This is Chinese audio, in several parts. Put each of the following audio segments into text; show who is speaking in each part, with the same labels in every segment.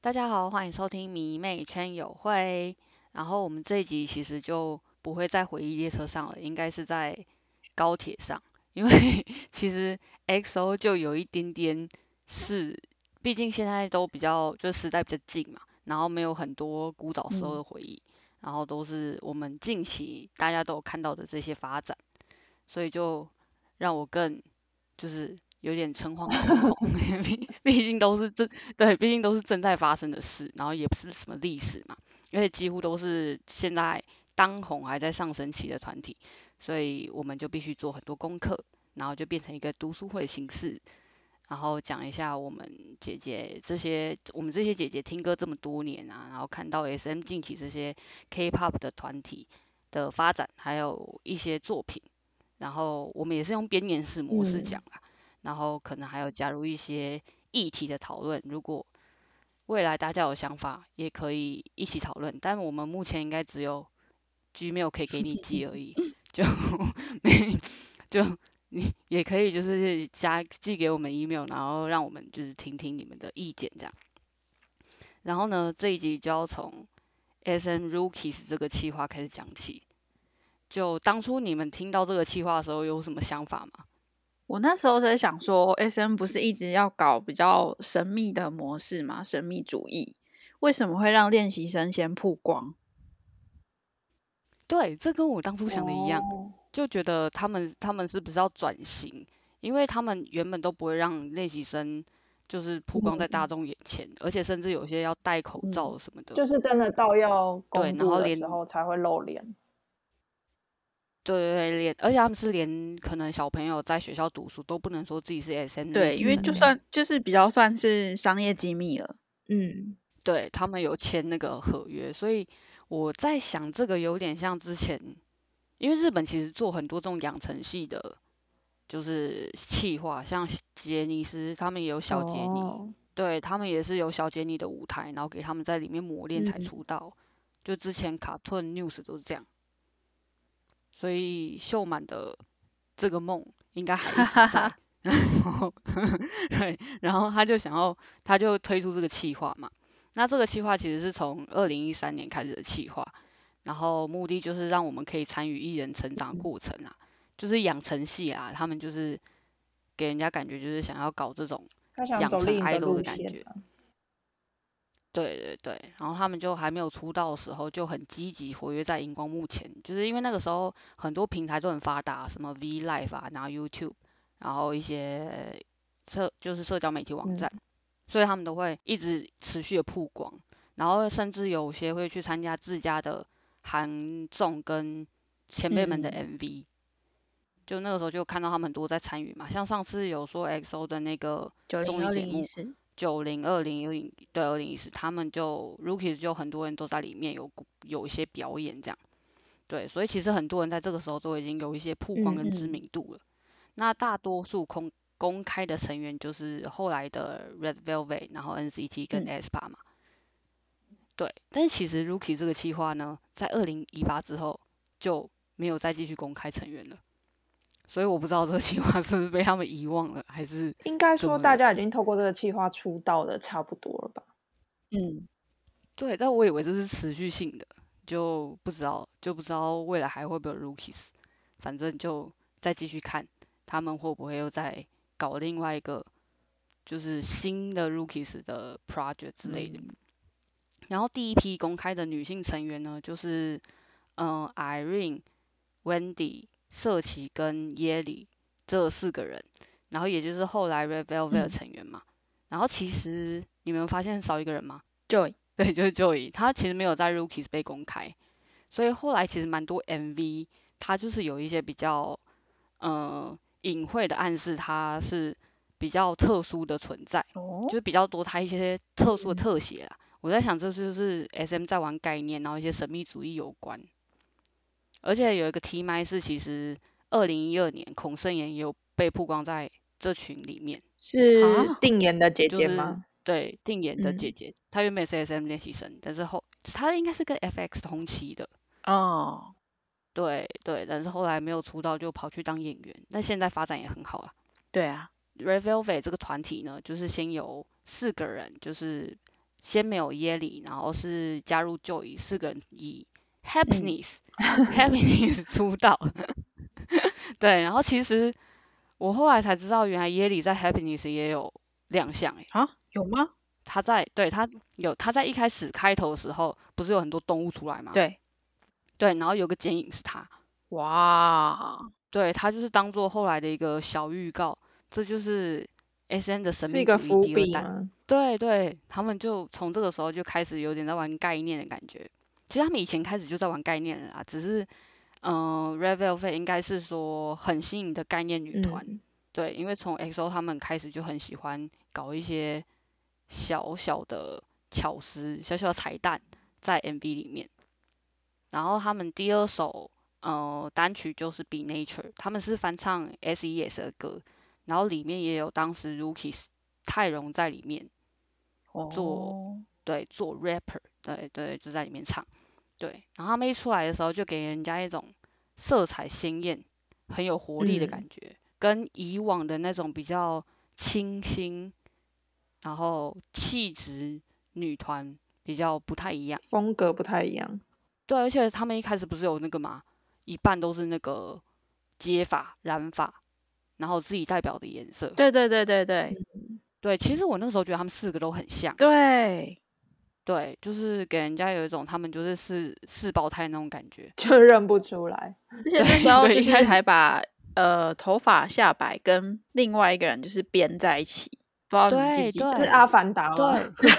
Speaker 1: 大家好，欢迎收听迷妹圈友会。然后我们这一集其实就不会再回忆列车上了，应该是在高铁上，因为 其实 XO 就有一点点是，毕竟现在都比较就时代比较近嘛，然后没有很多古早时候的回忆，然后都是我们近期大家都有看到的这些发展，所以就让我更就是有点诚惶诚恐， 毕毕竟都是这对，毕竟都是正在发生的事，然后也不是什么历史嘛，而且几乎都是现在当红还在上升期的团体，所以我们就必须做很多功课，然后就变成一个读书会形式，然后讲一下我们姐姐这些我们这些姐姐听歌这么多年啊，然后看到 SM 近期这些 K-pop 的团体的发展，还有一些作品，然后我们也是用编年史模式
Speaker 2: 嗯
Speaker 1: 讲啊，然后可能还有加入一些议题的讨论，如果未来大家有想法，也可以一起讨论。但我们目前应该只有 Gmail 可以给你寄而已，就没就你也可以就是加寄给我们 email，然后让我们就是听听你们的意见这样。然后呢，这一集就要从 SM Rookies 这个企划开始讲起。就当初你们听到这个企划的时候，有什么想法吗？
Speaker 2: 我那时候在想说，S M 不是一直要搞比较神秘的模式吗？神秘主义为什么会让练习生先曝光？
Speaker 1: 对，这跟我当初想的一样。
Speaker 2: 哦
Speaker 1: 就觉得他们他们是不是要转型？因为他们原本都不会让练习生就是曝光在大众眼前，而且甚至有些要戴口罩什么的。
Speaker 3: 就是真的到要
Speaker 1: 对
Speaker 3: 公
Speaker 1: 然
Speaker 3: 布
Speaker 1: 后
Speaker 3: 的
Speaker 1: 连
Speaker 3: 时候才会露脸。
Speaker 1: 对对对，连而且他们是连可能小朋友在学校读书都不能说自己是 SM 练
Speaker 2: 对，
Speaker 1: 习
Speaker 2: 因为
Speaker 1: 生
Speaker 2: 就
Speaker 1: 欸
Speaker 2: 算就是比较算是商业机密了。
Speaker 3: 嗯，
Speaker 1: 对他们有签那个合约，所以我在想这个有点像之前，因为日本其实做很多这种养成系的，就是企划，像杰尼斯他们也有小杰尼，
Speaker 3: 哦
Speaker 1: 对，他们也是有小杰尼的舞台，然后给他们在里面磨练才
Speaker 3: 嗯
Speaker 1: 出道。就之前 Cartoon News 都是这样，所以秀满的这个梦应该还一直 在。然后， 对，然后他就想要，他就推出这个企划嘛。那这个企划其实是从二零一三年开始的企划，然后目的就是让我们可以参与艺人成长的过程啊，就是养成系啊，他们就是给人家感觉就是想要搞这种
Speaker 3: 他想
Speaker 1: 养
Speaker 3: 走
Speaker 1: 成
Speaker 3: 另一个
Speaker 1: idol 的
Speaker 3: 路
Speaker 1: 感觉
Speaker 3: 线啊。
Speaker 1: 对对对，然后他们就还没有出道的时候就很积极活跃在荧光幕前，就是因为那个时候很多平台都很发达，什么 V Live 啊，然后 YouTube，然后一些社就是社交媒体网
Speaker 3: 嗯
Speaker 1: 站，所以他们都会一直持续的曝光，然后甚至有些会去参加自家的韩综跟前辈们的 MV，、就那个时候就看到他们很多在参与嘛，像上次有说 XO 的那个
Speaker 2: 九
Speaker 1: 综
Speaker 2: 零
Speaker 1: 艺
Speaker 2: 二
Speaker 1: 节
Speaker 2: 零
Speaker 1: 目
Speaker 2: 一四，
Speaker 1: 九零二零零对二零一四，他们就 rookies 就很多人都在里面有鼓有一些表演这样，对，所以其实很多人在这个时候都已经有一些曝光跟知
Speaker 3: 嗯嗯
Speaker 1: 名度了。那大多数公公开的成员就是后来的 Red Velvet，然后 NCT 跟
Speaker 3: 嗯
Speaker 1: aespa 嘛，对。但是其实 rookie 这个计划呢，在二零一八之后就没有再继续公开成员了，所以我不知道这个计划是不是被他们遗忘了，还是
Speaker 3: 应该
Speaker 1: 怎么
Speaker 3: 说
Speaker 1: 了
Speaker 3: 大家已经透过这个计划出道的差不多了
Speaker 1: 啊
Speaker 3: 吧？
Speaker 2: 嗯，
Speaker 1: 对，但我以为这是持续性的，就不知道就不知道未来还会不会有 rookies，反正就再继续看他们会不会又再搞另外一个就是新的 rookies 的 project 之类的。
Speaker 3: 嗯
Speaker 1: 然后第一批公开的女性成员呢，就是嗯、呃 Irene、Wendy、社崎跟耶里这四个人，然后也就是后来 Red Velvet 的
Speaker 2: 嗯
Speaker 1: 成员嘛。然后其实你们有发现少一个人吗？
Speaker 2: 就
Speaker 1: 对，就是 Joey，他其实没有在 Rookies 被公开，所以后来其实蛮多 MV，他就是有一些比较呃隐晦的暗示，他是比较特殊的存在，
Speaker 3: 哦
Speaker 1: 就，是比较多他一些特殊的
Speaker 3: 嗯
Speaker 1: 特写啦。我在想，这就是 SM 在玩概念，然后一些神秘主义有关。而且有一个 T 麦是，其实二零一二年孔圣妍也有被曝光在这群里面。
Speaker 2: 是
Speaker 3: 啊定妍的姐
Speaker 1: 就
Speaker 3: 姐
Speaker 1: 是
Speaker 3: 吗？
Speaker 1: 对定妍的姐
Speaker 3: 嗯
Speaker 1: 姐，她原本是 SM 练习生，但是后她应该是跟 FX 同期的，
Speaker 2: 哦，
Speaker 1: 对对，但是后来没有出道就跑去当演员，那现在发展也很好啊。
Speaker 2: 对啊，
Speaker 1: Red Velvet 这个团体呢，就是先由四个人，就是先没有耶里，然后是加入 Joy 四个人以 Happiness、Happiness 出道。 对，然后其实我后来才知道，原来耶里在 Happiness 也有亮相欸诶，
Speaker 2: 啊，有吗？
Speaker 1: 他在对他有他在一开始开头的时候，不是有很多动物出来吗？
Speaker 2: 对，
Speaker 1: 对，然后有个剪影是他，
Speaker 2: 哇，
Speaker 1: 对他就是当做后来的一个小预告，这就是 S N 的神
Speaker 3: 是
Speaker 1: 秘
Speaker 3: 一个
Speaker 1: 主
Speaker 3: 伏
Speaker 1: 义第二
Speaker 3: 笔
Speaker 1: 弹。
Speaker 3: 吗？
Speaker 1: 对对，他们就从这个时候就开始有点在玩概念的感觉。其实他们以前开始就在玩概念了啦，只是嗯、呃、，Red Velvet 应该是说很新颖的概念女团，
Speaker 3: 嗯，
Speaker 1: 对，因为从 XO 他们开始就很喜欢搞一些小小的巧思、小小的彩蛋在 MV 里面。然后他们第二首呃单曲就是《Be Nature》，他们是翻唱 S.E.S 的歌，然后里面也有当时 Rookies 泰荣在里面。做
Speaker 2: 哦
Speaker 1: 对，做 rapper，对对，就在里面唱，对。然后他们一出来的时候，就给人家一种色彩鲜艳、很有活力的
Speaker 3: 嗯
Speaker 1: 感觉，跟以往的那种比较清新，然后气质女团比较不太一样。
Speaker 3: 风格不太一样。
Speaker 1: 对，而且他们一开始不是有那个嘛，一半都是那个接发、染发，然后自己代表的颜色。
Speaker 2: 对对对
Speaker 1: 嗯
Speaker 2: 对对
Speaker 1: 对，其实我那时候觉得他们四个都很像。
Speaker 2: 对，
Speaker 1: 对，就是给人家有一种他们就是四四胞胎那种感觉。
Speaker 3: 就认不出来，
Speaker 2: 而且那时
Speaker 1: 对
Speaker 2: 候
Speaker 1: 对
Speaker 2: 就
Speaker 1: 一
Speaker 2: 是
Speaker 1: 开始
Speaker 2: 还把呃头发下摆跟另外一个人就是编在一起，不知道你记不
Speaker 1: 对
Speaker 2: 记
Speaker 1: 对
Speaker 2: 得？
Speaker 3: 是阿 凡达吗？
Speaker 1: 对，对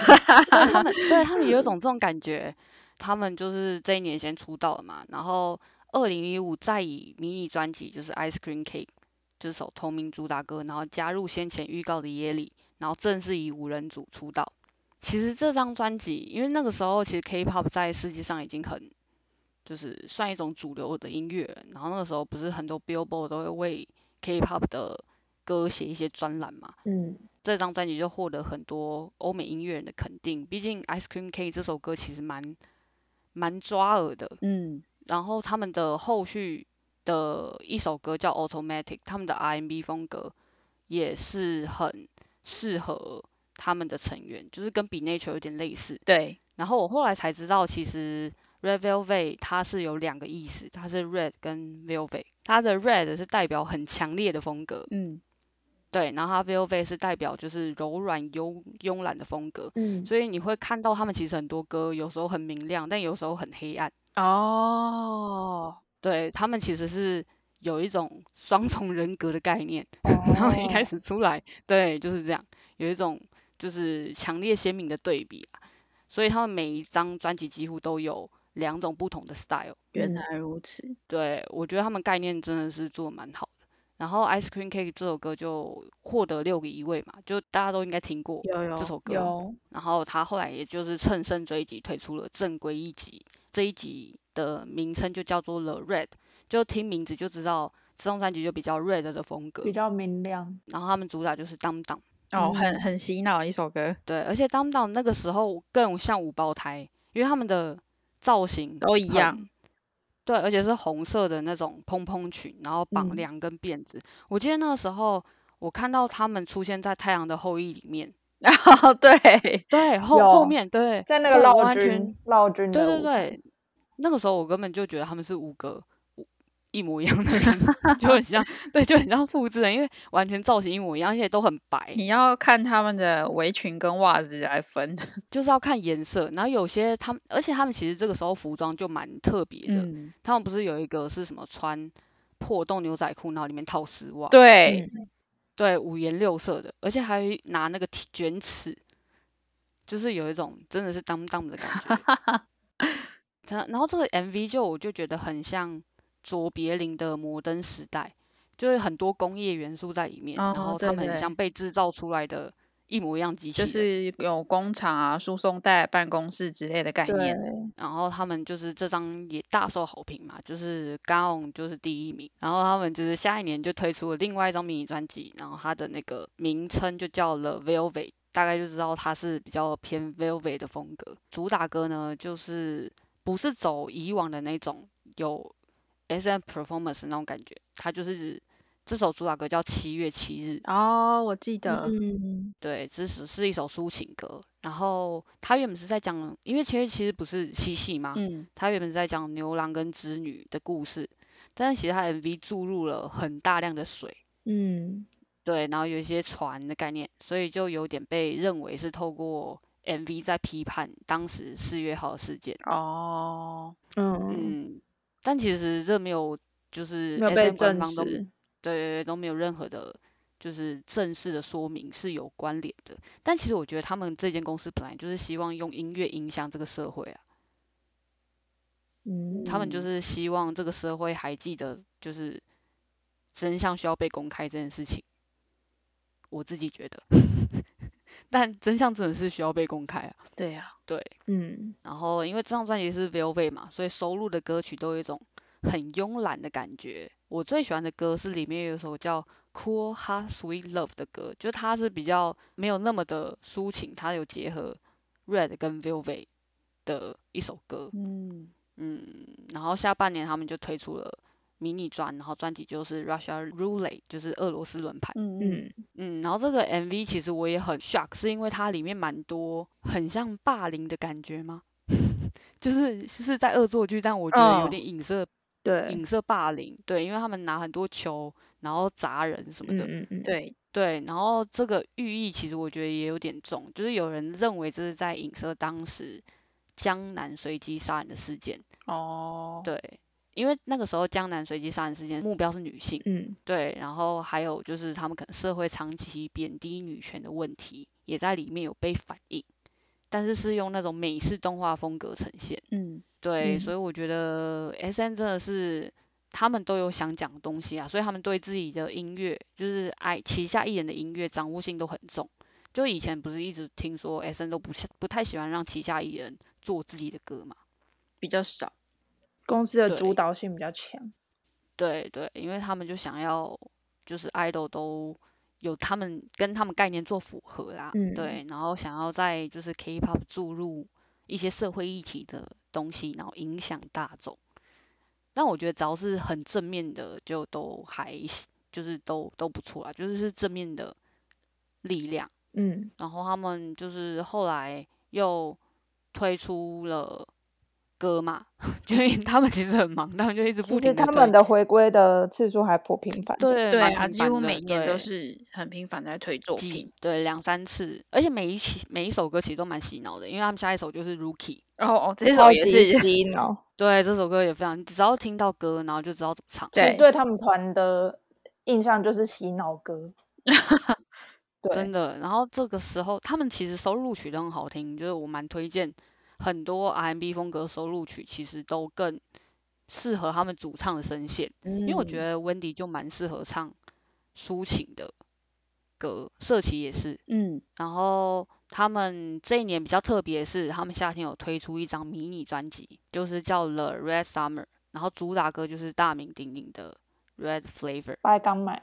Speaker 1: 他们，对他们有一种这种感觉。他们就是这一年先出道了嘛，然后二零一五再以迷你专辑就是《Ice Cream Cake》这首同名主打歌，然后加入先前预告的耶里，然后正式以五人组出道。其实这张专辑，因为那个时候其实 K-pop 在世界上已经很就是算一种主流的音乐了，然后那个时候不是很多 Billboard 都会为 K-pop 的歌写一些专栏嘛，
Speaker 3: 嗯，
Speaker 1: 这张专辑就获得很多欧美音乐人的肯定。毕竟《Ice Cream Cake》这首歌其实蛮蛮抓耳的，
Speaker 2: 嗯，
Speaker 1: 然后他们的后续的一首歌叫《Automatic》，他们的 R&B 风格也是很适合他们的成员，就是跟《Be Nature》有点类似。
Speaker 2: 对，
Speaker 1: 然后我后来才知道，其实 Red Velvet 它是有两个意思，它是 Red 跟 Velvet，它的 Red 是代表很强烈的风格，
Speaker 2: 嗯，
Speaker 1: 对，然后它 Velvet 是代表就是柔软慵慵懒的风格，
Speaker 3: 嗯，
Speaker 1: 所以你会看到他们其实很多歌有时候很明亮，但有时候很黑暗。
Speaker 2: 哦，
Speaker 1: 对，他们其实是有一种 双重人格的概念，他们一开
Speaker 3: 哦，
Speaker 1: 始出来，对，就是这样，有一种就是强烈鲜明的对比啊。所以他们每一张专辑几乎都有两种不同的 style。
Speaker 2: 原
Speaker 3: 嗯
Speaker 2: 来如此，
Speaker 1: 对，我觉得他们概念真的是做得蛮好的。然后《Ice Cream Cake》这首歌就获得六个一位嘛，就大家都应该听过。
Speaker 2: 有有
Speaker 1: 这首歌。
Speaker 3: 有，
Speaker 1: 然后他后来也就是乘胜追击，推出了正规一集，这一集的名称就叫做《The Red》，就听名字就知道这张专辑就比较 Red 的风格
Speaker 3: 比。较明亮，
Speaker 1: 然后他们主打就是 Dum Dum，
Speaker 2: 哦，很
Speaker 3: 嗯
Speaker 2: 很洗脑的一首歌，
Speaker 1: 对，而且 Dum Dum 那个时候更像五胞胎，因为他们的造型
Speaker 2: 都一样
Speaker 1: 很。对，而且是红色的那种蓬蓬裙，然后绑
Speaker 3: 嗯
Speaker 1: 两根辫子。我记得那个时候，我看到他们出现在《太阳的后裔》里面，
Speaker 2: 然后对，
Speaker 1: 对，后后
Speaker 3: 有
Speaker 1: 面对，
Speaker 3: 在那个
Speaker 1: 对我
Speaker 3: 绕
Speaker 1: 完全
Speaker 3: 军绕军
Speaker 1: 对
Speaker 3: 的
Speaker 1: 对
Speaker 3: 舞台
Speaker 1: 对，那个时候我根本就觉得他们是五个五一模一样的 人，就很像，对，就很像复制人，因为完全造型一模一样，而且都很白，
Speaker 2: 你要看他们的围裙跟袜子来分，
Speaker 1: 就是要看颜色。然后有些他们，而且他们其实这个时候服装就蛮特别的，
Speaker 2: 嗯，
Speaker 1: 他们不是有一个是什么穿破洞牛仔裤，然后里面套丝袜，
Speaker 2: 对，
Speaker 3: 嗯
Speaker 1: 对，五颜六色的，而且还拿那个剃卷尺，就是有一种真的是当当的感觉。他然后这个 MV 就我就觉得很像卓别林的《摩登时代》，就是很多工业元素在里面，然
Speaker 2: 哦
Speaker 1: 后
Speaker 2: 对
Speaker 1: 他们很
Speaker 2: 对
Speaker 1: 像被制造出来的一模一样机器
Speaker 2: 就
Speaker 1: 人，
Speaker 2: 是有工厂啊、输送带、办公室之类的概
Speaker 3: 对
Speaker 2: 念，，
Speaker 1: 然后他们就是这张也大受好评嘛，就是《Gone》就是第一名，然后他们就是下一年就推出了另外一张迷你专辑，然后它的那个名称就叫了《Velvet》，大概就知道它是比较偏 Velvet 的风格。主打歌呢，就是不是走以往的那种有 S M performance 那种感觉，它就是这首主打歌叫《七月七日》，
Speaker 2: 哦，我记得，
Speaker 3: 嗯，
Speaker 1: 对，这是是一首抒情歌。然后它原本是在讲，因为七月七日不是七夕嘛，
Speaker 2: 嗯，
Speaker 1: 它原本是在讲牛郎跟织女的故事，但是其实它 MV 注入了很大量的水，
Speaker 3: 嗯，
Speaker 1: 对，然后有一些船的概念，所以就有点被认为是透过 MV 在批判当时四月号事件。
Speaker 2: 哦，
Speaker 3: 嗯，
Speaker 1: 嗯，但其实这没有，就是
Speaker 3: 没有被
Speaker 1: SM 哎官
Speaker 3: 证
Speaker 1: 方都对
Speaker 3: 实，
Speaker 1: 对对都没有任何的，就是正式的说明是有关联的。但其实我觉得他们这间公司本来就是希望用音乐影响这个社会啊，
Speaker 3: 嗯，
Speaker 1: 他们就是希望这个社会还记得，就是真相需要被公开这件事情。我自己觉得， 但真相真的是需要被公开啊。
Speaker 2: 对呀、
Speaker 1: 对，
Speaker 3: 嗯，
Speaker 1: 然后因为这张专辑是 Velvet 嘛，所以收录的歌曲都有一种很慵懒的感觉。我最喜欢的歌是里面有一首叫《Cool Heart Sweet Love》的歌，就它是比较没有那么的抒情，它有结合 Red 跟 Velvet 的一首歌。
Speaker 2: 嗯，
Speaker 1: 嗯，然后下半年他们就推出了迷你专，然后专辑就是 Russia Roulette，就是俄罗斯轮盘。
Speaker 2: 嗯嗯
Speaker 3: 嗯，
Speaker 1: 嗯，然后这个 MV 其实我也很 shock，是因为它里面蛮多很像霸凌的感觉吗？ 就是是在恶作剧，但我觉得有
Speaker 2: 嗯
Speaker 1: 点影射、
Speaker 3: 对，
Speaker 1: 影射霸凌，对，因为他们拿很多球然后砸人什么
Speaker 3: 嗯
Speaker 1: 的，
Speaker 3: 嗯嗯，，
Speaker 2: 对，
Speaker 1: 对，然后这个寓意其实我觉得也有点重，就是有人认为这是在影射当时江南随机杀人的事件，
Speaker 2: 哦，
Speaker 1: 对，因为那个时候江南随机杀人事件目标是女性。
Speaker 3: 嗯
Speaker 1: 对，然后还有就是他们可能社会长期贬低女权的问题，也在里面有被反映，但是是用那种美式动画风格呈现。
Speaker 2: 嗯，
Speaker 1: 对，
Speaker 3: 嗯
Speaker 1: 所以我觉得 S N 真的是他们都有想讲的东西啊，所以他们对自己的音乐，就是爱旗下艺人的音乐掌握性都很重。就以前不是一直听说 S N 都不是不太喜欢让旗下艺人做自己的歌嘛？
Speaker 2: 比较少，
Speaker 3: 公司的
Speaker 1: 对
Speaker 3: 主导性比较强，
Speaker 1: 对对，因为他们就想要就是 idol 都有他们跟他们概念做符合啦，
Speaker 3: 嗯
Speaker 1: 对，然后想要在就是 K-pop 注入一些社会议题的东西，然后影响大众。但我觉得只要是很正面的，就都还行就是都都不错啦，就是是正面的力量。
Speaker 3: 嗯
Speaker 1: 然后他们就是后来又推出了歌嘛， 就因为他们其实很忙，他们就一直不
Speaker 3: 其
Speaker 1: 停
Speaker 3: 实
Speaker 1: 的
Speaker 3: 他们的回归的次数还颇频繁的，
Speaker 1: 对
Speaker 2: 对
Speaker 1: 蛮
Speaker 2: 啊，
Speaker 1: 频
Speaker 2: 几
Speaker 1: 繁
Speaker 2: 乎
Speaker 1: 的
Speaker 2: 每年都
Speaker 1: 对
Speaker 2: 是很频繁在推作
Speaker 1: 几
Speaker 2: 品，
Speaker 1: 对两三次，而且每一期每一首歌其实都蛮洗脑的，因为他们下一首就是 Rookie，
Speaker 2: 哦哦，这首
Speaker 3: 超
Speaker 2: 也
Speaker 3: 级
Speaker 2: 是，
Speaker 3: 洗脑，
Speaker 1: 对这首歌也非常，只要听到歌然后就知道怎么唱，
Speaker 3: 其实
Speaker 2: 对
Speaker 3: 对他们团的印象就是洗脑 歌，
Speaker 1: 真
Speaker 3: 对，
Speaker 1: 的。然后这个时候他们其实收录曲都很好听，就是我蛮推荐很多 R&B 风格收录曲，其实都更适合他们主唱的声线，因为我觉
Speaker 3: 嗯
Speaker 1: 得 Wendy 就蛮适合唱抒情的歌，社企也是。
Speaker 2: 嗯，
Speaker 1: 然后他们这一年比较特别的是，他们夏天有推出一张迷你专辑，就是叫《The Red Summer》，然后主打歌就是大名鼎鼎的《Red Flavor
Speaker 3: 八刚 买，》，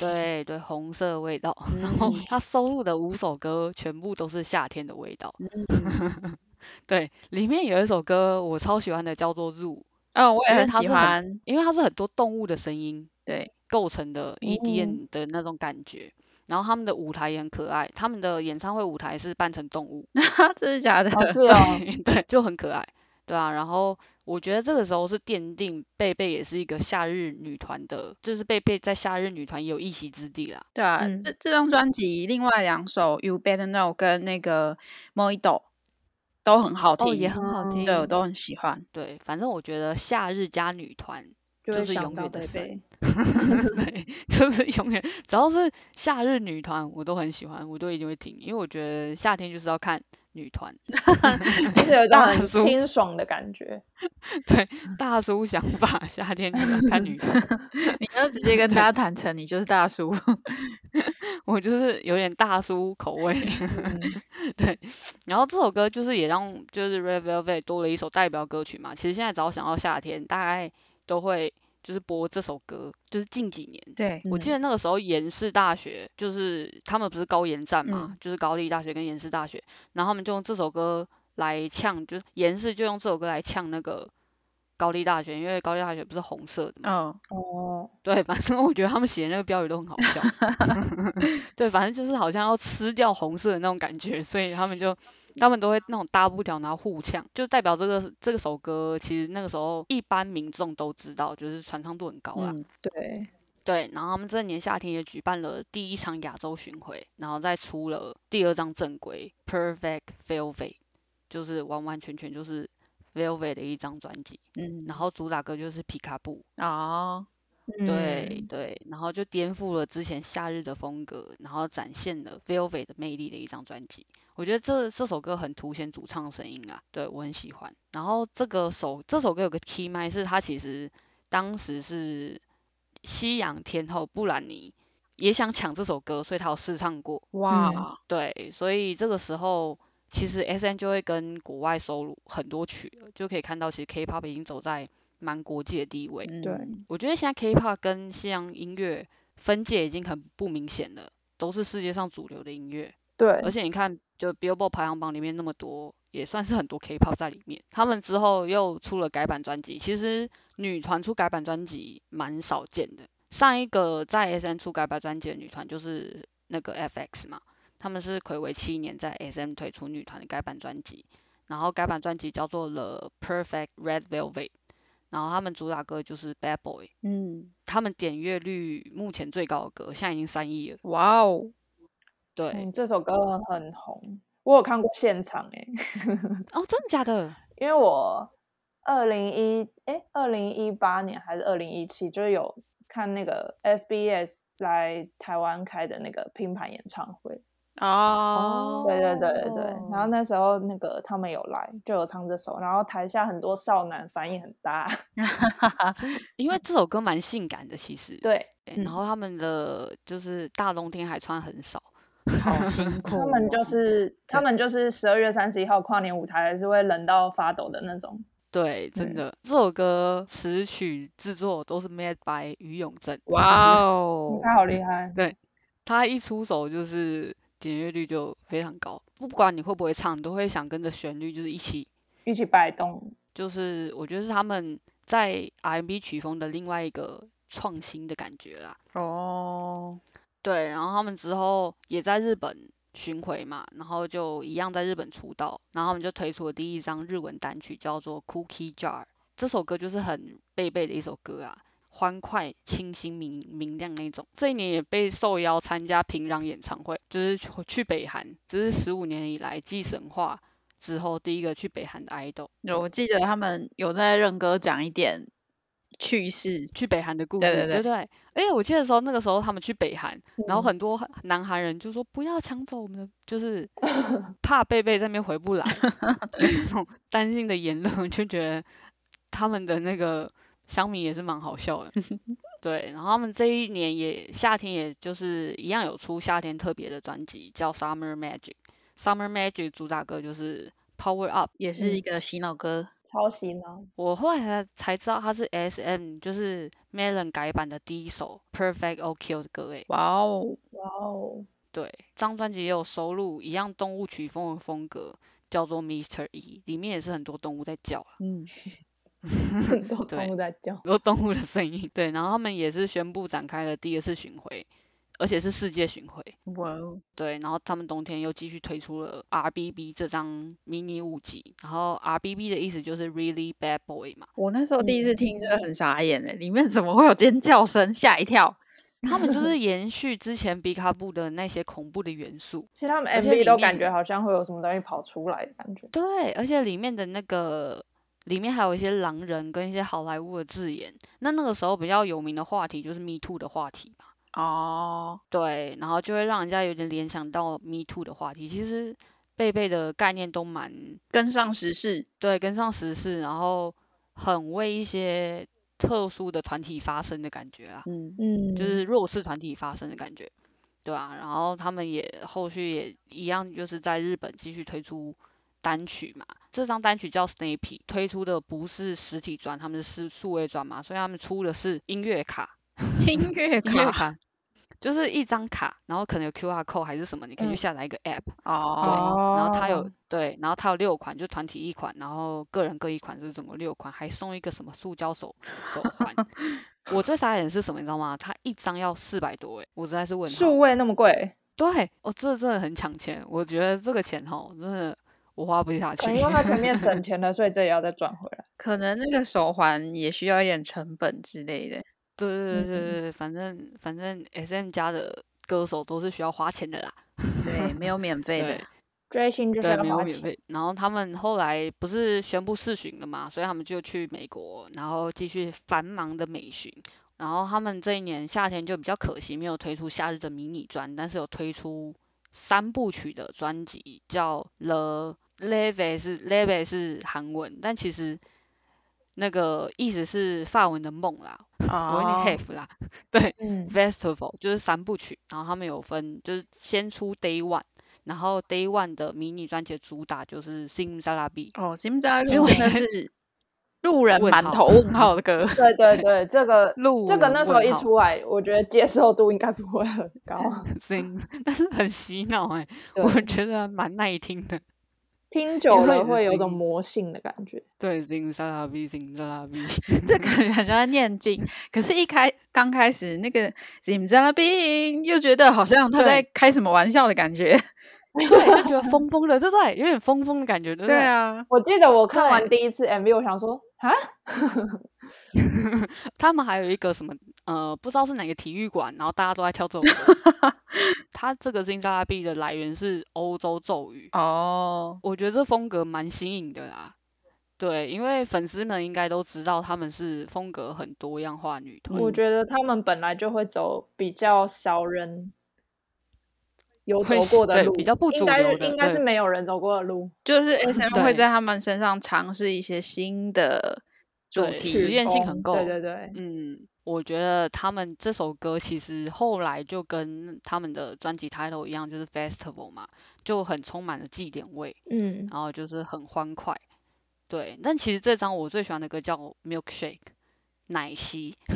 Speaker 1: 对对，红色的味道。然后他收录的五首歌全部都是夏天的味道，
Speaker 2: 嗯
Speaker 1: 对，里面有一首歌我超喜欢的，叫做《Zoo》，
Speaker 2: 哦，我也
Speaker 1: 因为
Speaker 2: 很
Speaker 1: 它
Speaker 2: 喜
Speaker 1: 是很
Speaker 2: 欢，
Speaker 1: 因为它是很多动物的声音
Speaker 2: 对，
Speaker 1: 构成的
Speaker 3: 嗯
Speaker 1: EDM 的那种感觉。然后他们的舞台也很可爱，他们的演唱会舞台是扮成动物，
Speaker 2: 真的假的？
Speaker 3: 哦是哦，
Speaker 1: 对，就很可爱，对啊。然后我觉得这个时候是奠定贝贝也是一个夏日女团的，就是贝贝在夏日女团也有一席之地啦。
Speaker 2: 对啊，
Speaker 3: 嗯
Speaker 2: 这这张专辑另外两首《You Better Know》跟那个《Mojito》都很好听，
Speaker 1: 哦，也很好
Speaker 3: 嗯
Speaker 1: 听。
Speaker 2: 对我都很喜欢。
Speaker 1: 对，反正我觉得夏日加女团，
Speaker 3: 就
Speaker 1: 就
Speaker 3: 会
Speaker 1: 是
Speaker 3: 想
Speaker 1: 永
Speaker 3: 到
Speaker 1: 远的
Speaker 3: 贝
Speaker 1: 神
Speaker 3: 贝，
Speaker 1: 对，就是永远只要是夏日女团，我都很喜欢，我都一定会听，因为我觉得夏天就是要看女团，
Speaker 3: 就是有一种
Speaker 1: 大
Speaker 3: 很
Speaker 1: 叔
Speaker 3: 清爽的感 觉，
Speaker 1: 对，大叔想法， 夏天就是要看女团。
Speaker 2: 你要直接跟大家坦诚，你就是大叔。
Speaker 1: 我就是有点大叔口味，
Speaker 3: 嗯
Speaker 1: 对。然后这首歌就是也让就是 Red Velvet 多了一首代表歌曲嘛。其实现在只要想到夏天，大概都会就是播这首歌。就是近几年，
Speaker 2: 对，
Speaker 1: 我记得那个时候延世大学就是他们不是高研站嘛，
Speaker 2: 嗯
Speaker 1: 就是高丽大学跟延世大学，然后他们就用这首歌来呛，就是延世就用这首歌来呛那个高丽大学，因为高丽大学不是红色的嘛。
Speaker 2: 嗯，
Speaker 3: 哦，
Speaker 1: 对，反正我觉得他们写的那个标语都很好笑。 对，反正就是好像要吃掉红色的那种感觉，所以他们就他们都会那种大布条，然后互呛，就代表这个这个首歌其实那个时候一般民众都知道，就是传唱度很高啦。
Speaker 2: 嗯
Speaker 3: 对，
Speaker 1: 对，然后他们这年夏天也举办了第一场亚洲巡回，然后再出了第二张正规《Perfect Velvet》，就是完完全全就是 Velvet 的一张专辑，
Speaker 2: 嗯，
Speaker 1: 然后主打歌就是《皮卡布》。
Speaker 2: 哦，嗯
Speaker 1: 对对，然后就颠覆了之前夏日的风格，然后展现了 Velvet 的魅力的一张专辑。我觉得这这首歌很凸显主唱声音啊，对我很喜欢。然后这个首这首歌有个 key 麦是它其实当时是西洋天后布兰妮也想抢这首歌，所以她有试唱过。
Speaker 2: 哇，
Speaker 1: 对，所以这个时候其实 S N 就会跟国外收录很多曲了，就可以看到其实 K-pop 已经走在蛮国际的地位。
Speaker 2: 嗯
Speaker 3: 对
Speaker 1: 我觉得现在 K-pop 跟西洋音乐分界已经很不明显了，都是世界上主流的音乐。
Speaker 3: 对
Speaker 1: 而，且你看，就 Billboard 排行榜里面那么多，也算是很多 K-pop 在里面。他们之后又出了改版专辑，其实女团出改版专辑蛮少见的。上一个在 S M 出改版专辑的女团就是那个 F X 嘛，他们是暌违七年在 S M 推出女团的改版专辑，然后改版专辑叫做 The Perfect Red Velvet，然后他们主打歌就是 Bad Boy，
Speaker 2: 嗯，
Speaker 1: 他们点阅率目前最高的歌，现在已经三亿了。
Speaker 2: 哇哦，
Speaker 1: 对，
Speaker 3: 嗯，这首歌很红，我有看过现场哎、
Speaker 1: 哦，真的假的？
Speaker 3: 因为我二零一哎二零一八年还是二零一七，就是有看那个 SBS 来台湾开的那个拼盘演唱会，
Speaker 2: 哦，
Speaker 3: 对对对对对。然后那时候那个他们有来，就有唱这首，然后台下很多少男反应很大，
Speaker 1: 因为这首歌蛮性感的，其实。
Speaker 3: 对
Speaker 1: 对。
Speaker 3: 嗯
Speaker 1: 然后他们的就是大冬天还穿很少。
Speaker 2: 好辛苦
Speaker 3: 他
Speaker 2: 哦，
Speaker 3: 们就是他们就是十二月三十一号跨年舞台还是会冷到发抖的那种，
Speaker 1: 对，真
Speaker 3: 嗯
Speaker 1: 的，这首歌词曲制作都是 made by 于永正。
Speaker 2: 哇哦，
Speaker 3: 他好厉害，
Speaker 1: 他一出手就是点阅率就非常高，不管你会不会唱，你都会想跟着旋律就是一起，
Speaker 3: 一起摆动，
Speaker 1: 就是我觉得是他们在 R&B 曲风的另外一个创新的感觉啦。
Speaker 2: 哦，
Speaker 1: 对，然后他们之后也在日本巡回嘛，然后就一样在日本出道，然后他们就推出了第一张日文单曲，叫做《Cookie Jar》。这首歌就是很贝贝的一首歌啊，欢快、清新、明明亮那种。这一年也被受邀参加平壤演唱会，就是去去北韩，这是十五年以来继神话之后第一个去北韩的 idol，
Speaker 2: 有我记得他们有在任哥讲一点趣事，
Speaker 1: 去北韩的故事，
Speaker 2: 对对
Speaker 1: 对对。而且我记得时候，那个时候他们去北韩，然后
Speaker 3: 嗯
Speaker 1: 很多韩南韩人就说不要抢走我们的，就是怕贝贝这边回不来那种 担心的言论，就觉得他们的那个乡民也是蛮好笑的。对，然后他们这一年也夏天，也就是一样有出夏天特别的专辑，叫《Summer Magic》。《Summer Magic》主打歌就是《Power Up》。
Speaker 2: 也是一
Speaker 3: 嗯
Speaker 2: 个洗脑歌，
Speaker 3: 抄袭呢，
Speaker 1: 我后来才才知道它是 S.M，就是 Melon 改版的第一首《Perfect or Kill》的歌欸诶。
Speaker 2: 哇哦，
Speaker 3: 哇 哦，
Speaker 1: 对，这张专辑也有收录一样动物曲风的风格，叫做 Mister E，里面也是很多动物在叫啦，
Speaker 2: 嗯，
Speaker 3: 很多
Speaker 1: 对
Speaker 3: 动物在叫，
Speaker 1: 很多动物的声音。对，然后他们也是宣布展开了第二次巡回，而且是世界巡回。
Speaker 2: 哇哦，
Speaker 1: 对，然后他们冬天又继续推出了 RBB 这张迷你五辑，然后 RBB 的意思就是 Really Bad Boy 嘛，
Speaker 2: 我那时候第
Speaker 1: 嗯
Speaker 2: 一次听真的很傻眼哎，里面怎么会有尖叫声，吓一跳，
Speaker 1: 他们就是延续之前 b i g a b 的那些恐怖的元素，
Speaker 3: 其实他们
Speaker 1: 而且
Speaker 3: MV
Speaker 1: 里
Speaker 3: 都感
Speaker 1: 面
Speaker 3: 觉好像会有什么东西跑出来的感觉。
Speaker 1: 对，而且里面的那个里面还有一些狼人跟一些好莱坞的字眼。那那个时候比较有名的话题就是 Me Too 的话题嘛，
Speaker 2: 哦，
Speaker 1: 对，然后就会让人家有点联想到 Me Too 的话题。其实贝贝的概念都蛮
Speaker 2: 跟上时事，
Speaker 1: 对，跟上时事，然后很为一些特殊的团体发声的感觉啊。
Speaker 2: 嗯，
Speaker 3: 嗯，
Speaker 1: 就是弱势团体发生的感觉，对啊，然后他们也后续也一样，就是在日本继续推出单曲嘛。这张单曲叫 Snappy，推出的不是实体专， 他们是数数位专嘛，所以他们出的是音乐卡。
Speaker 2: 音乐
Speaker 1: 音乐
Speaker 2: 卡，
Speaker 1: 就是一张卡，然后可能有 QR code 还是什么，你可以去
Speaker 3: 嗯
Speaker 1: 下载一个 app，、对，
Speaker 2: 哦，
Speaker 1: 然后它
Speaker 3: 哦
Speaker 1: 有对，然后它有六款，就团体一款，然后个人各一款，就是总共六款，还送一个什么塑胶手手 环。我最傻眼的是什么，你知道吗？它一张要四百多哎，我实在是问号。
Speaker 3: 数位那么贵，
Speaker 1: 对，哦，这真的很抢钱，我觉得这个钱哈，真的我花不下去。
Speaker 3: 可能因为他前面省钱了，所以这也要再赚回 来。
Speaker 2: 可能那个手环也需要一点成本之类的。
Speaker 1: 对对对对
Speaker 3: 嗯
Speaker 1: 对，反正反正 S M 家的歌手都是需要花钱的啦。
Speaker 2: 对，没有免费的
Speaker 1: 对。
Speaker 3: 追星就是
Speaker 1: 对，
Speaker 3: 要
Speaker 1: 没有
Speaker 3: 花
Speaker 1: 免
Speaker 3: 钱，
Speaker 1: 费。然后他们后来不是宣布世巡了嘛，所以他们就去美国，然后继续繁忙的美巡。然后他们这一年夏天就比较可惜，没有推出夏日的迷你专，但是有推出三部曲的专辑，叫《The Leve》是《Leve》是韩文，但其实那个意思是法文的梦啦，有一点
Speaker 2: 哦
Speaker 1: have 啦。对，
Speaker 3: 嗯，
Speaker 1: Festival 就是三部曲，然后他们有分，就是先出 Day One，然后 Day One 的迷你专辑的主打就是 Sim s a l a b
Speaker 2: 哦，新加
Speaker 1: 结
Speaker 2: 坡
Speaker 1: 果
Speaker 2: 真的是路人
Speaker 1: 问
Speaker 2: 满
Speaker 1: 号
Speaker 2: 头问号的歌。
Speaker 3: 对对对，这个
Speaker 1: 路
Speaker 3: 这个那
Speaker 1: 人
Speaker 3: 时候
Speaker 1: 问
Speaker 3: 一
Speaker 1: 号
Speaker 3: 出来，我觉得接受度应该不会很高。
Speaker 1: Sim，但是很洗脑哎、
Speaker 3: 对，
Speaker 1: 我觉得蛮耐听的。
Speaker 3: 听久
Speaker 1: 为
Speaker 3: 了
Speaker 1: 你的
Speaker 3: 会有
Speaker 1: 声
Speaker 3: 种
Speaker 1: 音
Speaker 3: 魔性的感觉。
Speaker 1: 对，Sim s a l a b Sim s a l a b
Speaker 2: 这感觉很像在念经，可是，一开刚开始那个 Zim z a b i n 又觉得好像他
Speaker 1: 对
Speaker 2: 在开什么玩笑的感觉。
Speaker 1: 对，就觉得疯疯的，对不对？有点疯疯的感觉，对不
Speaker 2: 对啊，
Speaker 3: 我记得我看完
Speaker 1: 对
Speaker 3: 第一次 MV，我想说啊，
Speaker 1: 他们还有一个什么呃，不知道是哪个体育馆，然后大家都在跳这首歌。 他这个 Sim s a l a b 的来源是欧洲咒语，
Speaker 2: 哦，
Speaker 1: 我觉得这风格蛮新颖的啦。对，因为粉丝们应该都知道他们是风格很多样化女团。
Speaker 3: 我
Speaker 2: 嗯
Speaker 3: 觉得他们本来就会走比较少人有走
Speaker 1: 会
Speaker 3: 过的
Speaker 1: 对
Speaker 3: 路，
Speaker 1: 比较不
Speaker 3: 应
Speaker 1: 主
Speaker 3: 该
Speaker 1: 流
Speaker 3: 是
Speaker 1: 的
Speaker 3: 应该是
Speaker 1: 对
Speaker 3: 没有人走过的路。
Speaker 2: 就是 S M 会
Speaker 1: 嗯对
Speaker 2: 在他们身上尝试一些新的主
Speaker 1: 对
Speaker 2: 题。
Speaker 1: 实验性很
Speaker 3: 哦风对
Speaker 1: 够
Speaker 3: 对对，
Speaker 1: 嗯，我觉得他们这首歌其实后来就跟他们的专辑 title 一样，就是 Festival 嘛，就很充满了祭典味，
Speaker 3: 嗯，
Speaker 1: 然后就是很欢快。对，但其实这张我最喜欢的歌叫《Milkshake》奶昔。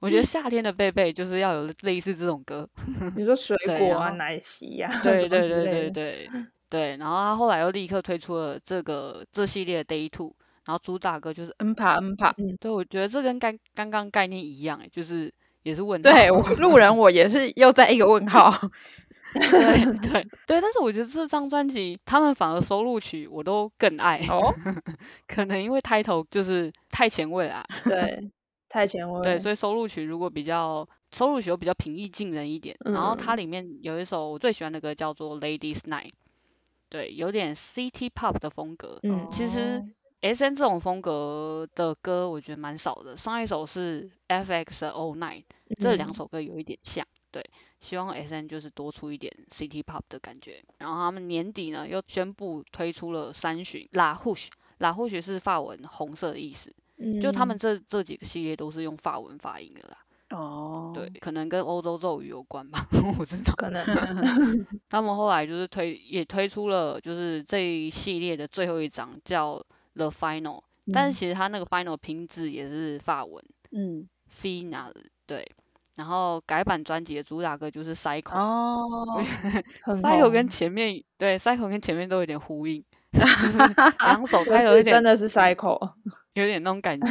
Speaker 1: 我觉得夏天的贝贝就是要有类似这种歌。
Speaker 3: 你说水
Speaker 1: 嗯对
Speaker 3: 果
Speaker 1: 然
Speaker 3: 啊、
Speaker 1: 后
Speaker 3: 奶昔 呀、啊，
Speaker 1: 对
Speaker 3: 什么
Speaker 1: 对
Speaker 3: 之
Speaker 1: 对
Speaker 3: 类
Speaker 1: 对
Speaker 3: 的
Speaker 1: 对对，然后他后来又立刻推出了这个这系列的 Day Two，然后主打歌就是，
Speaker 2: 嗯啪嗯啪，
Speaker 1: 对我觉得这跟刚刚刚概念一样，哎，就是也是问号，
Speaker 2: 对我路人我也是又在一个问号。
Speaker 1: 对对对，但是我觉得这张专辑他们反而收录曲我都更爱，
Speaker 2: 哦，
Speaker 1: 可能因为 title 就是太前卫啦，
Speaker 3: 对，太前卫
Speaker 1: 对，
Speaker 3: 了。
Speaker 1: 所以收录曲如果比较收录曲又比较平易近人一点，然后它
Speaker 3: 嗯
Speaker 1: 里面有一首我最喜欢的歌叫做《Ladies Night》，对，有点 City Pop 的风格，
Speaker 3: 嗯
Speaker 1: 其实 S N 这种风格的歌，我觉得蛮少的。上一首是 F X 的 All Night，这两
Speaker 3: 嗯
Speaker 1: 首歌有一点像。对，希望 S N 就是多出一点 City Pop 的感觉。然后他们年底呢又宣布推出了三巡 La Hush。La Hush 是法文红色的意思，就他们
Speaker 3: 嗯
Speaker 1: 这这几个系列都是用法文发音的啦。
Speaker 2: 哦，
Speaker 1: 对，可能跟欧洲咒语有关吧， 我知道。
Speaker 3: 可能
Speaker 1: 他们后来就是推也推出了就是这一系列的最后一张叫 The Final，但
Speaker 3: 嗯
Speaker 1: 是其实它那个 Final 拼字也是法文
Speaker 2: 嗯，
Speaker 1: Final 对，然后改版专辑的主打歌就是 Cycle。
Speaker 2: 哦，
Speaker 3: 很
Speaker 1: Cycle 跟
Speaker 3: 红
Speaker 1: 前面对 Cycle 跟前面都有点呼 应，两首
Speaker 3: 就
Speaker 1: 它有一
Speaker 3: 是真
Speaker 1: 点
Speaker 3: 的是 cycle，
Speaker 1: 有点那种感 觉。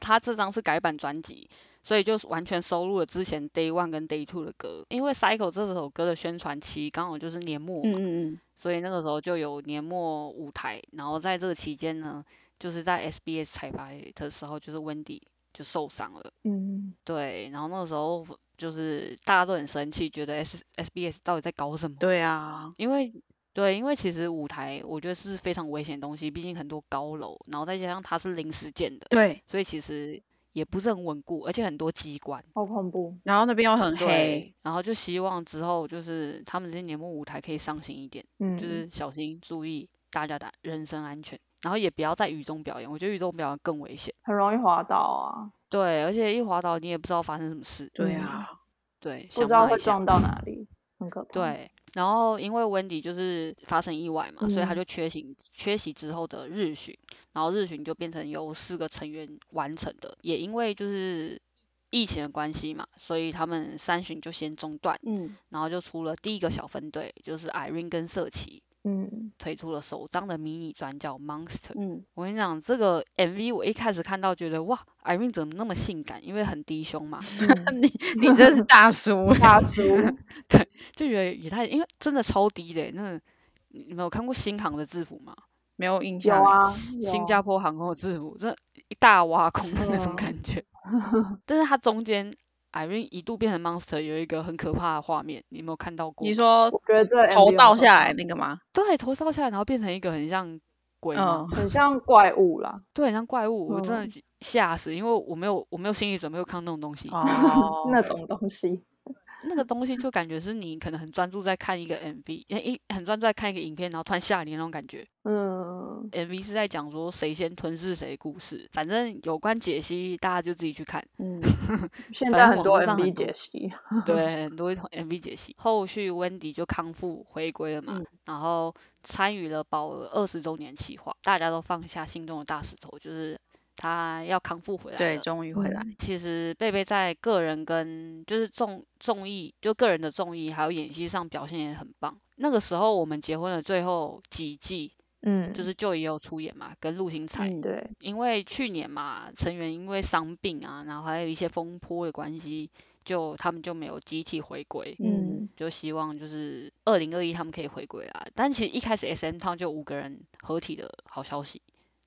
Speaker 1: 他这张是改版专辑，所以就是完全收录了之前 Day One 跟 Day Two 的歌。因为 Cycle 这首歌的宣传期刚好就是年末
Speaker 2: 嗯
Speaker 1: 嘛，
Speaker 2: 嗯嗯，
Speaker 1: 所以那个时候就有年末舞台，然后在这个期间呢，就是在 SBS 彩排的时候，就是 Wendy 就受伤了，
Speaker 3: 嗯，
Speaker 1: 对，然后那个时候就是大家都很生气，觉得 S SBS 到底在搞什么？
Speaker 2: 对啊，
Speaker 1: 因为对，因为其实舞台我觉得是非常危险的东西，毕竟很多高楼，然后再加上它是临时建的，
Speaker 2: 对，
Speaker 1: 所以其实也不是很稳固，而且很多机关。
Speaker 3: 好恐怖。
Speaker 2: 然后那边又很黑，
Speaker 1: 对，然后就希望之后就是他们这些年末舞台可以上心一点。
Speaker 3: 嗯，
Speaker 1: 就是小心注意大家的人身安全，然后也不要在雨中表演，我觉得雨中表演更危险。
Speaker 3: 很容易滑倒啊，
Speaker 1: 对，而且一滑倒你也不知道发生什么事，
Speaker 2: 对
Speaker 3: 嗯
Speaker 2: 啊，
Speaker 1: 对，
Speaker 3: 不
Speaker 1: 想
Speaker 3: 知道
Speaker 1: 拉
Speaker 3: 会
Speaker 1: 一下
Speaker 3: 撞到哪里，很可怕。，
Speaker 1: 对，然后因为温迪就是发生意外嘛，所以他
Speaker 3: 嗯
Speaker 1: 就缺席缺席之后的日巡，然后日巡就变成由四个成员完成的，也因为就是疫情的关系嘛，所以他们三巡就先中断，
Speaker 2: 嗯，
Speaker 1: 然后就出了第一个小分队，就是 Irene 跟社旗
Speaker 3: 嗯，
Speaker 1: 推出了首张的迷你专叫 Monster。
Speaker 2: 嗯，
Speaker 1: 我跟你讲，这个 MV 我一开始看到觉得哇，Irene 怎么那么性感？因为很低胸 嘛，
Speaker 3: 嗯
Speaker 2: 你你真 是大叔欸，
Speaker 3: 大叔，
Speaker 1: 就觉得也太，因为真的超低的欸，那你你们有看过新航的制服吗？
Speaker 2: 没有印
Speaker 3: 有
Speaker 2: 象欸。
Speaker 3: 啊，
Speaker 1: 新
Speaker 3: 有
Speaker 1: 加坡航空的制服， 这一大挖空的那种
Speaker 3: 嗯
Speaker 1: 感觉。 但是它中间 Irene 一度变成 monster，有一个很可怕的画面，你有没有看到过？
Speaker 2: 欸你说
Speaker 3: 我觉得这 MV
Speaker 2: 头
Speaker 3: 很
Speaker 2: 倒
Speaker 3: 可
Speaker 2: 下来那个吗？
Speaker 1: 对，头烧下来，然后变成一个很像鬼嘛，
Speaker 2: 嗯，
Speaker 3: 很像怪物啦。
Speaker 1: 对，很像怪物，我真
Speaker 3: 嗯，
Speaker 1: 的觉吓死，因为我没有我没有心理准备会看那种东西。
Speaker 2: 哦
Speaker 3: 那种东西，
Speaker 1: 那个东西就感觉是你可能很专注在看一个 MV，呃一很专注在看一个影片，然后突然吓你那种感觉。
Speaker 3: 嗯
Speaker 1: MV 是在讲说谁先吞噬谁的故事，反正有关解析大家就自己去看。
Speaker 2: 嗯，
Speaker 3: 现
Speaker 1: 反
Speaker 3: 在
Speaker 1: 正
Speaker 3: 很
Speaker 1: 网
Speaker 3: 多
Speaker 1: 络上
Speaker 3: MV
Speaker 1: 很多
Speaker 3: 解析，
Speaker 1: 对，很多 MV 解析。后续 Wendy 就康复回归了嘛，
Speaker 2: 嗯
Speaker 1: 然后参与了宝儿二十周年企划，大家都放下心中的大石头，就是他要康复回来
Speaker 2: 对，
Speaker 1: 了。
Speaker 2: 终于回来。
Speaker 1: 其实贝贝在个人跟就是综综艺，就个人的综艺还有演戏上表现也很棒。那个时候我们结婚的最后几季，
Speaker 3: 嗯，
Speaker 1: 就是就也有出演嘛，跟陆星材。
Speaker 2: 嗯，
Speaker 3: 对，
Speaker 1: 因为去年嘛，成员因为伤病啊，然后还有一些风波的关系，就他们就没有集体回归，
Speaker 2: 嗯
Speaker 3: 嗯，
Speaker 1: 就希望就是二零二一他们可以回归啦。但其实一开始 S M Town 就五个人合体的好消息，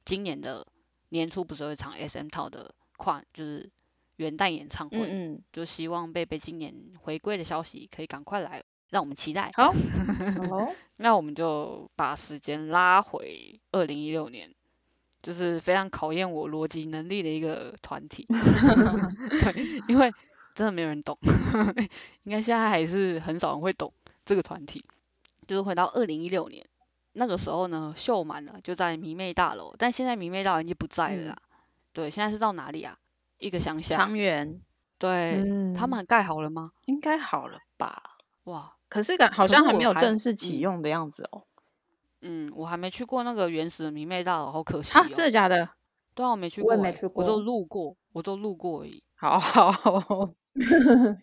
Speaker 1: 今年的年初不是有一场 S M Town 的跨就是元旦演唱会，
Speaker 2: 嗯嗯，
Speaker 1: 就希望贝贝今年回归的消息可以赶快来，让我们期待。
Speaker 2: 好，
Speaker 3: 哦，
Speaker 1: 那我们就把时间拉回二零一六年，就是非常考验我逻辑能力的一个团体。 对，因为真的没有人懂， 应该现在还是很少人会懂这个团体。就是回到二零一六年，那个时候呢，秀满了就在迷妹大楼，但现在迷妹大楼已经不在了
Speaker 2: 嗯
Speaker 1: 啦。对，现在是到哪里啊？一个乡下。
Speaker 2: 长远
Speaker 1: 对，
Speaker 3: 嗯
Speaker 1: 哎他们盖好了吗？
Speaker 2: 应该好了吧？
Speaker 1: 哇，
Speaker 2: 可是感好
Speaker 1: 可
Speaker 2: 像
Speaker 1: 是
Speaker 2: 还
Speaker 1: 我
Speaker 2: 没有
Speaker 1: 还
Speaker 2: 正式
Speaker 1: 嗯
Speaker 2: 启用的样子哦。
Speaker 1: 嗯，我还没去过那个原始的迷妹大楼，好可惜哦。
Speaker 2: 啊，真的假的？
Speaker 1: 对啊，我没去
Speaker 3: 我
Speaker 1: 过
Speaker 3: 也
Speaker 1: 欸，
Speaker 3: 没去
Speaker 1: 我就
Speaker 3: 过
Speaker 1: 路过，我就路过而已。
Speaker 2: 好好 好，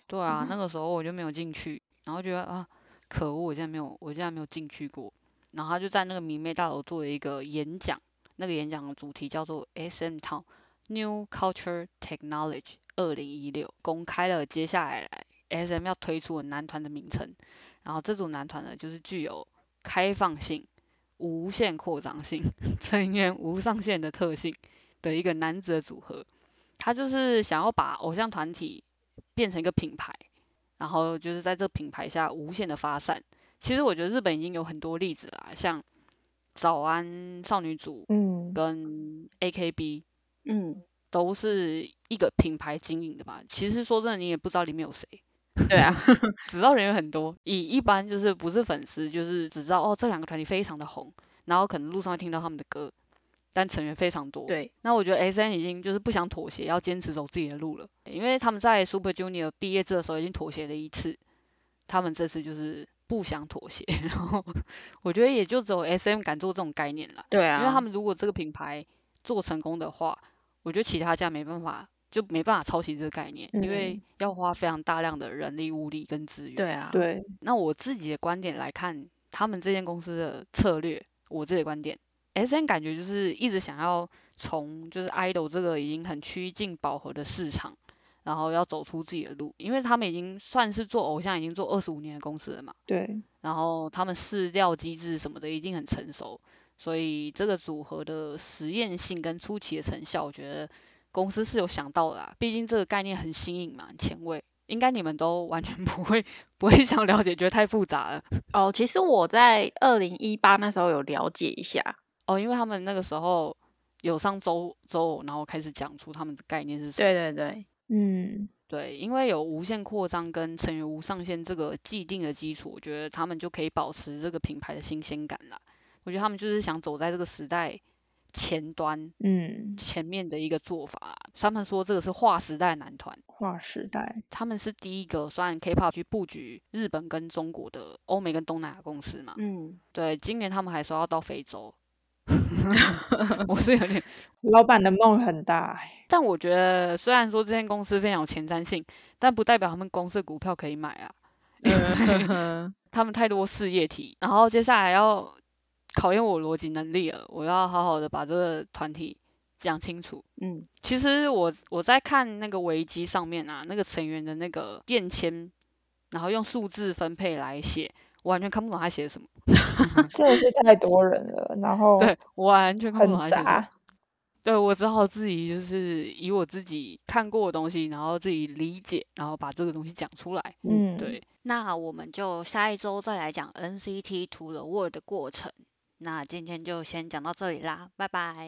Speaker 1: 对啊，那个时候我就没有进去，然后觉得啊，可恶，我竟然没有，我竟然没有进去过。然后他就在那个迷妹大楼做了一个演讲，那个演讲的主题叫做 “SM Town New Culture Technology 二零一六”，公开了接下来 SM 要推出的男团的名称。然后这组男团呢，就是具有开放性、无限扩张性、 成员无上限的特性的一个男子的组合。他就是想要把偶像团体变成一个品牌，然后就是在这品牌下无限的发散。其实我觉得日本已经有很多例子啦，像早安少女组
Speaker 3: 嗯，
Speaker 1: 跟 AKB
Speaker 2: 嗯，
Speaker 1: 都是一个品牌经营的吧。其实说真的，你也不知道里面有谁，
Speaker 2: 对啊，
Speaker 1: 知道人员很多。以一般就是不是粉丝，就是只知道哦这两个团体非常的红，然后可能路上会听到他们的歌，但成员非常多。
Speaker 2: 对，
Speaker 1: 那我觉得 S N 已经就是不想妥协，要坚持走自己的路了，因为他们在 Super Junior 毕业制的时候已经妥协了一次，他们这次就是不想妥协， 然后我觉得也就只有 S M 敢做这种概念啦，
Speaker 2: 对
Speaker 1: 因
Speaker 2: 啊，
Speaker 1: 为他们如果这个品牌做成功的话，我觉得其他家没办法。就没办法抄袭这个概念，因为
Speaker 3: 嗯
Speaker 1: 要花非常大量的人力、物力跟资源。
Speaker 2: 对啊，
Speaker 3: 对，
Speaker 1: 那我自己的观点来看，他们这间公司的策略，我自己的观点，S N 感觉就是一直想要从就是 idol 这个已经很趋近饱和的市场，然后要走出自己的路，因为他们已经算是做偶像已经做二十五年的公司了嘛，
Speaker 3: 对，
Speaker 1: 然后他们饲料机制什么的一定很成熟，所以这个组合的实验性跟初期的成效，我觉得公司是有想到的啦。啊毕竟这个概念很新颖嘛，很前卫，应该你们都完全 不会不会想了解，觉得太复杂了
Speaker 2: 哦，其实我在二零一八那时候有了解一下，
Speaker 1: 哦。因为他们那个时候有上周周偶，然后开始讲出他们的概念是什么。
Speaker 2: 对对对，
Speaker 3: 嗯
Speaker 1: 对，因为有无限扩张跟成员无上限这个既定的基础，我觉得他们就可以保持这个品牌的新鲜感啦。我觉得他们就是想走在这个时代前端，
Speaker 3: 嗯，
Speaker 1: 前面的一个做法啊。他们说这个是划时代的男团，
Speaker 3: 划时代，
Speaker 1: 他们是第一个虽然 K-pop 去布局日本跟中国的欧美跟东南亚公司嘛。
Speaker 2: 嗯，
Speaker 1: 对，今年他们还说要到非洲，我是有点
Speaker 3: 老板的梦很大欸，
Speaker 1: 但我觉得，虽然说这间公司非常有前瞻性，但不代表他们公司的股票可以买啊。
Speaker 2: 嗯
Speaker 1: 他们太多事业体，然后接下来要考验我逻辑能力了，我要好好的把这个团体讲清楚。
Speaker 2: 嗯，
Speaker 1: 其实我我在看那个维基上面啊，那个成员的那个便签，然后用数字分配来写，我完全看不懂他写什么，
Speaker 3: 真的是太多人了，然后
Speaker 1: 对我完全看不
Speaker 3: 很
Speaker 1: 懂他写什么。
Speaker 3: 杂，
Speaker 1: 对，我只好自己就是以我自己看过的东西，然后自己理解，然后把这个东西讲出来。
Speaker 3: 嗯，，
Speaker 1: 对，那我们就下一周再来讲 NCT 除了 Word 的过程。那今天就先讲到这里啦，拜拜。